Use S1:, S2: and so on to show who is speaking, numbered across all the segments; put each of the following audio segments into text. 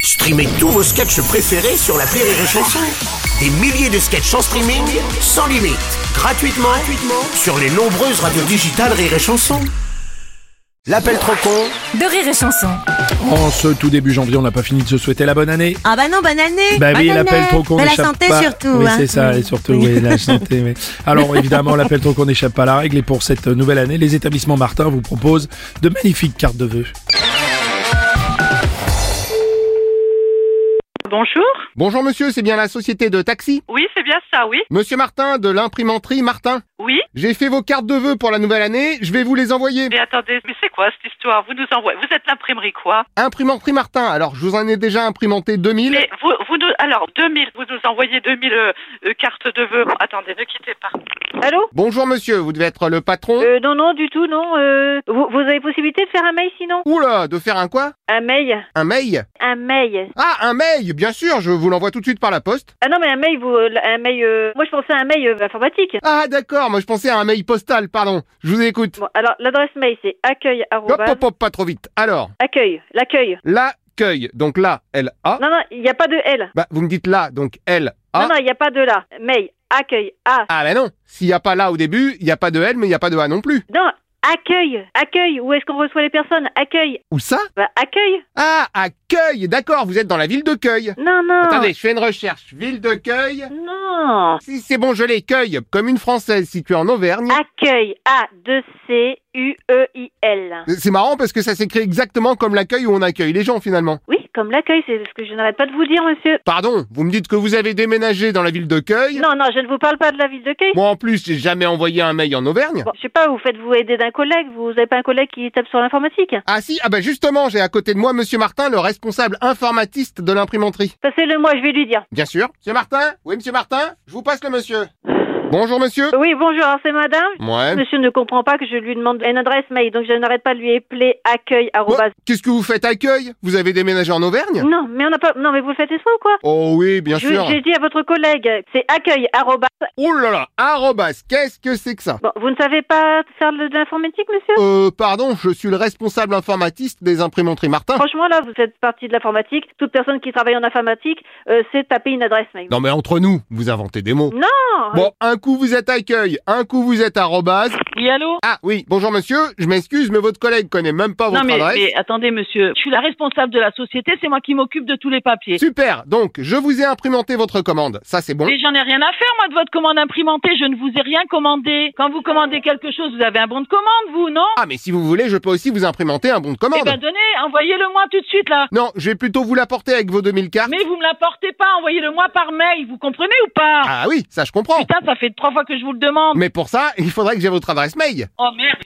S1: Streamez tous vos sketchs préférés sur la Rire et Chanson. Des milliers de sketchs en streaming, sans limite, gratuitement, gratuitement sur les nombreuses radios digitales Rire et Chanson. L'appel trop con
S2: de rire et chanson.
S3: En ce tout début janvier, on n'a pas fini de se souhaiter la bonne année.
S4: Ah bah non, bonne année
S3: Bah oui,
S4: Bonne
S3: l'appel
S4: année.
S3: trop qu'on
S4: Mais la
S3: n'échappe
S4: santé
S3: pas.
S4: surtout
S3: Oui,
S4: hein.
S3: c'est ça, et surtout, oui, la santé. oui. Alors évidemment, l'appel trop qu'on n'échappe pas à la règle. Et pour cette nouvelle année, les établissements Martin vous proposent de magnifiques cartes de vœux.
S5: Bonjour.
S6: Bonjour monsieur, c'est bien la société de taxi
S5: Oui, c'est bien ça, oui.
S6: Monsieur Martin de l'imprimanterie Martin.
S5: Oui.
S6: J'ai fait vos cartes de vœux pour la nouvelle année, je vais vous les envoyer.
S5: Mais attendez, mais c'est quoi cette histoire Vous nous envoyez. Vous êtes l'imprimerie quoi
S6: Imprimanterie Martin, alors je vous en ai déjà imprimanté 2000.
S5: Mais vous, vous nous. Alors, 2000, vous nous envoyez 2000 euh, euh, cartes de vœux. Bon, attendez, ne quittez pas.
S7: Allô
S6: Bonjour monsieur, vous devez être le patron.
S7: euh, Non, non, du tout, non. Euh, vous, vous avez possibilité de faire un mail sinon
S6: Oula, de faire un quoi
S7: Un mail
S6: Un mail
S7: Un mail
S6: Ah, un mail, bien sûr, je vous l'envoie tout de suite par la poste.
S7: Ah non, mais un mail, vous, euh, un mail. euh, moi, je pensais à un mail euh, informatique.
S6: Ah d'accord, moi je pensais à un mail postal, pardon. Je vous écoute.
S7: Bon, alors l'adresse mail, c'est accueil.
S6: Hop
S7: arrobase-
S6: hop hop, pas trop vite. Alors,
S7: Accueil, l'accueil.
S6: l'accueil, donc là, L A.
S7: Non, non, il n'y a pas de L.
S6: Bah vous me dites là, donc L
S7: Non,
S6: A.
S7: non, il n'y a pas de là. Mail, accueil, A.
S6: Ah bah non, s'il n'y a pas là au début, il n'y a pas de L mais il n'y a pas de A non plus.
S7: Non, accueil, accueil. Où est-ce qu'on reçoit les personnes Accueil.
S6: Où ça
S7: Bah, accueil.
S6: Ah, à Cueil, d'accord, vous êtes dans la ville de Cueil.
S7: Non, non.
S6: Attendez, je fais une recherche. Ville de Cueil.
S7: Non.
S6: Si c'est bon, je l'ai. Cueil, comme une française située en Auvergne.
S7: Ah. Accueil, E A-2-C-U-E-I-L.
S6: C'est marrant parce que ça s'écrit exactement comme l'accueil où on accueille les gens finalement.
S7: Oui, comme l'accueil, c'est ce que je n'arrête pas de vous dire, monsieur.
S6: Pardon, vous me dites que vous avez déménagé dans la ville de Cueil.
S7: Non, non, je ne vous parle pas de la ville de Cueil.
S6: Moi en plus, j'ai jamais envoyé un mail en Auvergne.
S7: Bon, je sais pas, vous faites-vous aider d'un collègue Vous avez pas un collègue qui tape sur l'informatique
S6: Ah si, ah bah justement, j'ai à côté de moi Monsieur Martin, le responsable informatiste de l'imprimanterie.
S7: Passez-le moi, je vais lui dire.
S6: Bien sûr. Monsieur Martin Oui, Monsieur Martin Je vous passe le monsieur. Bonjour monsieur.
S7: Oui, bonjour, alors c'est madame
S6: Ouais.
S7: Euh, Monsieur ne comprend pas que je lui demande une adresse mail, donc je n'arrête pas de lui appeler accueil.
S6: Bon,
S7: arrobase-
S6: Qu'est-ce que vous faites à Cueil Vous avez déménagé en Auvergne
S7: Non, mais on n'a pas. Non, mais vous le faites exprès ou quoi
S6: Oh oui, bien
S7: Je-
S6: sûr.
S7: J'ai dit à votre collègue, c'est accueil. arrobase-
S6: Ouh là là, arrobas, qu'est-ce que c'est que ça
S7: Bon, vous ne savez pas faire de l'informatique, monsieur
S6: Euh, pardon, je suis le responsable informatiste des imprimanteries Martin.
S7: Franchement, là, vous faites partie de l'informatique. Toute personne qui travaille en informatique, euh, c'est taper une adresse mail.
S6: Non mais entre nous, vous inventez des mots.
S7: Non,
S6: Bon, un coup vous êtes accueil, un coup vous êtes arrobas.
S5: Oui, allô
S6: Ah oui, bonjour monsieur, je m'excuse, mais votre collègue connaît même pas
S5: Non,
S6: votre
S5: mais,
S6: adresse.
S5: mais attendez, monsieur. Je suis la responsable de la société. C'est moi qui m'occupe de tous les papiers.
S6: Super, donc je vous ai imprimanté votre commande, ça c'est bon.
S5: Mais j'en ai rien à faire, moi, de votre commande imprimantée. Je ne vous ai rien commandé. Quand vous commandez quelque chose, vous avez un bon de commande, vous, non
S6: Ah mais si vous voulez, je peux aussi vous imprimenter un bon de commande.
S5: Eh ben, donnez, envoyez-le-moi tout de suite, là.
S6: Non, je vais plutôt vous l'apporter avec vos 2000 cartes.
S5: Mais vous me l'apportez pas. Envoyez-le-moi par mail. Vous comprenez ou pas
S6: Ah oui, ça je comprends.
S5: Putain, ça fait trois fois que je vous le demande.
S6: Mais pour ça, il faudrait que j'ai votre adresse mail.
S5: Oh merde.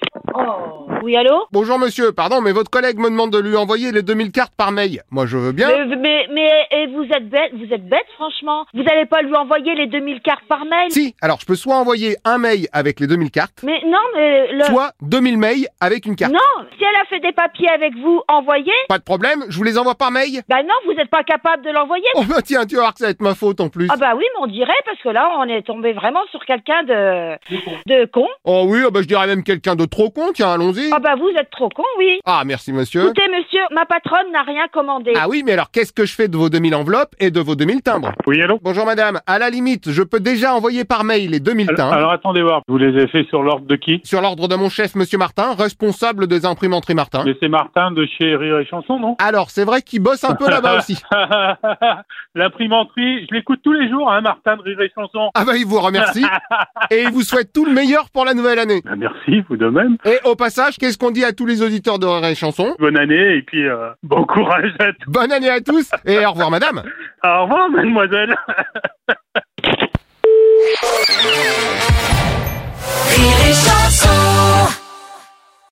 S7: oui, allô
S6: Bonjour monsieur, pardon, mais votre collègue me demande de lui envoyer les 2000 cartes par mail. Moi je veux bien.
S8: Mais, mais, mais et vous êtes bête, vous êtes bête, franchement. Vous n'allez pas lui envoyer les 2000 cartes par mail.
S6: Si, alors je peux soit envoyer un mail avec les 2000 cartes,
S8: Mais non, mais le.
S6: soit 2000 mails avec une carte.
S8: Non, si elle a fait des papiers avec vous, envoyez.
S6: Pas de problème, je vous les envoie par mail.
S8: Bah non, vous n'êtes pas capable de l'envoyer.
S6: Oh bah tiens, tu vas voir que ça va être ma faute en plus.
S8: Ah bah oui, mais on dirait parce que là, on est tombé vraiment sur quelqu'un de de con.
S6: Oh oui, ah bah je dirais même quelqu'un de trop con, tiens, allons-y.
S8: Ah bah vous êtes trop con, oui.
S6: Ah merci monsieur.
S8: Écoutez, monsieur, ma patronne n'a rien commandé.
S6: Ah oui, mais alors qu'est-ce que je fais de vos 2000 enveloppes et de vos 2000 timbres
S9: Oui, allô
S6: Bonjour madame, à la limite, je peux déjà envoyer par mail les 2000
S9: alors,
S6: timbres.
S9: alors, attendez voir, vous les avez fait sur l'ordre de qui
S6: Sur l'ordre de mon chef, monsieur Martin, responsable des imprimanteries Martin.
S9: Mais c'est Martin de chez Rire et Chanson, non
S6: Alors, c'est vrai qu'il bosse un peu là-bas aussi.
S9: L'imprimanterie, je l'écoute tous les jours, hein, Martin de Rire et Chanson.
S6: Ah bah, il vous remercie et il vous souhaite tout le meilleur pour la nouvelle année.
S9: Ben, merci, vous de même.
S6: Et au passage, qu'est-ce qu'on dit à tous les auditeurs de Rire et Chanson
S9: Bonne année et puis euh, bon courage à tous.
S6: Bonne année à tous et au revoir madame
S9: Au revoir, mademoiselle.